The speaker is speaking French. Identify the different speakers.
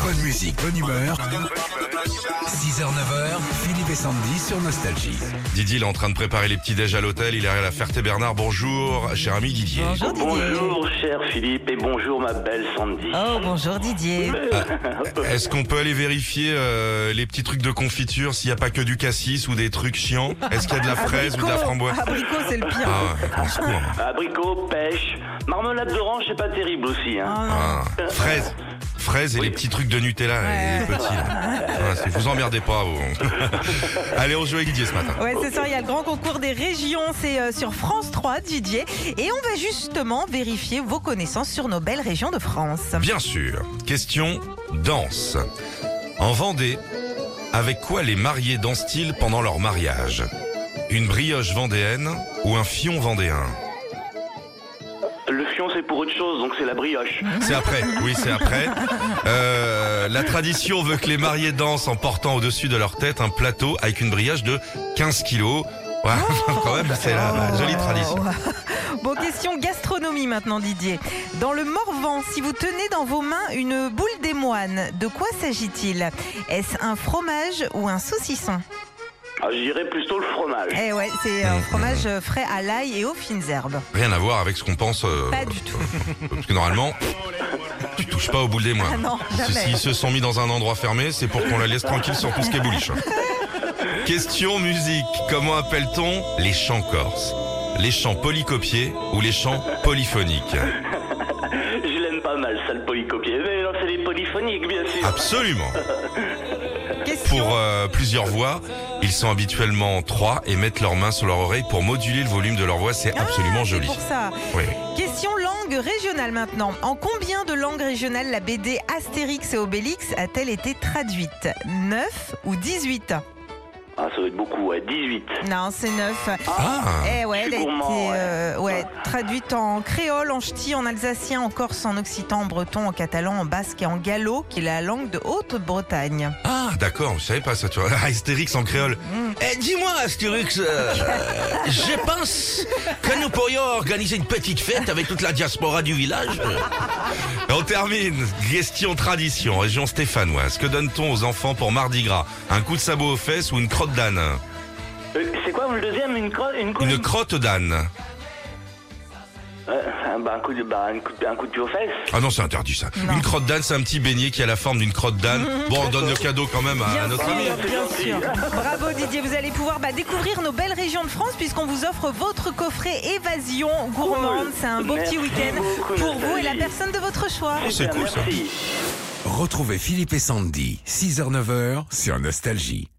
Speaker 1: Bonne musique, bonne humeur. 6h, 9h, Philippe et Sandy sur Nostalgie.
Speaker 2: Didier, il est en train de préparer les petits déj à l'hôtel. Il est à la Ferté-Bernard. Bonjour, cher ami Didier.
Speaker 3: Bonjour Didier.
Speaker 4: Bonjour cher Philippe et bonjour ma belle Sandy.
Speaker 2: Hein
Speaker 3: Oh, bonjour Didier.
Speaker 2: Est-ce qu'on peut aller vérifier euh, les petits trucs de confiture s'il n'y a pas que du cassis ou des trucs chiants Est-ce qu'il y a de
Speaker 3: Ah,
Speaker 2: la fraise ou de la framboise
Speaker 3: Abricot, c'est le pire.
Speaker 2: Ah, au secours.
Speaker 4: Abricot, pêche, marmelade d'orange, c'est pas terrible aussi. Hein.
Speaker 2: Ah, fraise. Fraise et les petits trucs de Nutella, les petits. là. Ah, c'est- vous emmerdez pas, vous. Allez, on joue avec Didier ce matin.
Speaker 3: Ouais, c'est ça, il y a le grand concours des régions, c'est euh, sur France 3, Didier. Et on va justement vérifier vos connaissances sur nos belles régions de France.
Speaker 2: Bien sûr. Question danse. En Vendée, avec quoi les mariés dansent-ils pendant leur mariage Une brioche vendéenne ou un fion vendéen Hein
Speaker 4: Le fion c'est pour autre chose, donc c'est la brioche.
Speaker 2: C'est après, oui, c'est après. Euh, la tradition veut que les mariés dansent en portant au-dessus de leur tête un plateau avec une brioche de 15 kilos. Ouais, quand même, c'est la, la jolie tradition.
Speaker 3: Oh. Bon, question gastronomie maintenant, Didier. Dans le Morvan, si vous tenez dans vos mains une boule des moines, de quoi s'agit-il Est-ce un fromage ou un saucisson
Speaker 4: Ah, je dirais plutôt le fromage.
Speaker 3: Eh ouais, c'est
Speaker 2: Mmh.
Speaker 3: un fromage euh, frais à l'ail et aux fines herbes.
Speaker 2: Rien à voir avec ce qu'on pense. euh,
Speaker 3: Pas du tout.
Speaker 2: Parce que normalement, tu touches pas au bout des moines.
Speaker 3: Ah non,
Speaker 2: Si-
Speaker 3: jamais.
Speaker 2: S'ils se sont mis dans un endroit fermé, c'est pour qu'on la laisse tranquille sur tout ce qui est bouliche. Question musique. Comment appelle-t-on les chants corses Les chants polycopiés ou les chants polyphoniques Hein
Speaker 4: Je l'aime pas mal, ça le polycopier. Mais non, c'est les polyphoniques bien sûr.
Speaker 2: Ah. Absolument.
Speaker 3: Question
Speaker 2: Pour euh, plusieurs voix, ils sont habituellement trois et mettent leurs mains sur leur oreille pour moduler le volume de leur voix. C'est absolument
Speaker 3: Ah, c'est
Speaker 2: joli.
Speaker 3: Pour ça.
Speaker 2: Oui.
Speaker 3: Question langue régionale maintenant. En combien de langues régionales la BD Astérix et Obélix a-t-elle été traduite 9 ou 18
Speaker 4: Ah, ça doit être beaucoup, ouais, 18.
Speaker 3: Non, c'est 9.
Speaker 2: Ah,
Speaker 3: eh ouais,
Speaker 4: je
Speaker 3: elle
Speaker 4: suis
Speaker 3: a été
Speaker 4: gourmand, ouais.
Speaker 3: euh, ouais, traduite en créole, en ch'ti, en alsacien, en corse, en occitan, en breton, en catalan, en basque et en gallo, qui est la langue de Haute-Bretagne.
Speaker 2: ah d'accord, je savais pas ça. Tu vois. Astérix en créole.
Speaker 3: Mm.
Speaker 5: Eh, Dis-moi, Astérix, euh, je pense que nous pourrions organiser une petite fête avec toute la diaspora du village.
Speaker 2: On termine. Question tradition, région stéphanoise. Que donne-t-on aux enfants pour Mardi Gras Un coup de sabot aux fesses ou une crotte d'âne
Speaker 4: Euh, c'est quoi le deuxième Une crotte Une, quoi
Speaker 2: Une crotte d'âne.
Speaker 4: Euh, bah, un coup de bah, un coup de, un coup de pied aux fesses.
Speaker 2: Ah non, c'est interdit ça.
Speaker 3: Non.
Speaker 2: Une crotte d'âne, c'est un petit beignet qui a la forme d'une crotte d'âne. Bon, on donne le cadeau quand même à, à
Speaker 3: Bien
Speaker 2: Bah, notre ami.
Speaker 3: sûr, bien
Speaker 4: C'est
Speaker 3: sûr.
Speaker 4: gentil.
Speaker 3: Bravo Didier, vous allez pouvoir bah, découvrir nos belles régions de France puisqu'on vous offre votre coffret évasion gourmande.
Speaker 4: Cool.
Speaker 3: C'est un beau
Speaker 4: Merci
Speaker 3: petit week-end
Speaker 4: beaucoup,
Speaker 3: pour vous et la
Speaker 4: Nathalie.
Speaker 3: personne de votre choix.
Speaker 2: Oh, C'est cool ça.
Speaker 4: Merci.
Speaker 1: Retrouvez Philippe et Sandy, 6h, 9h sur Nostalgie.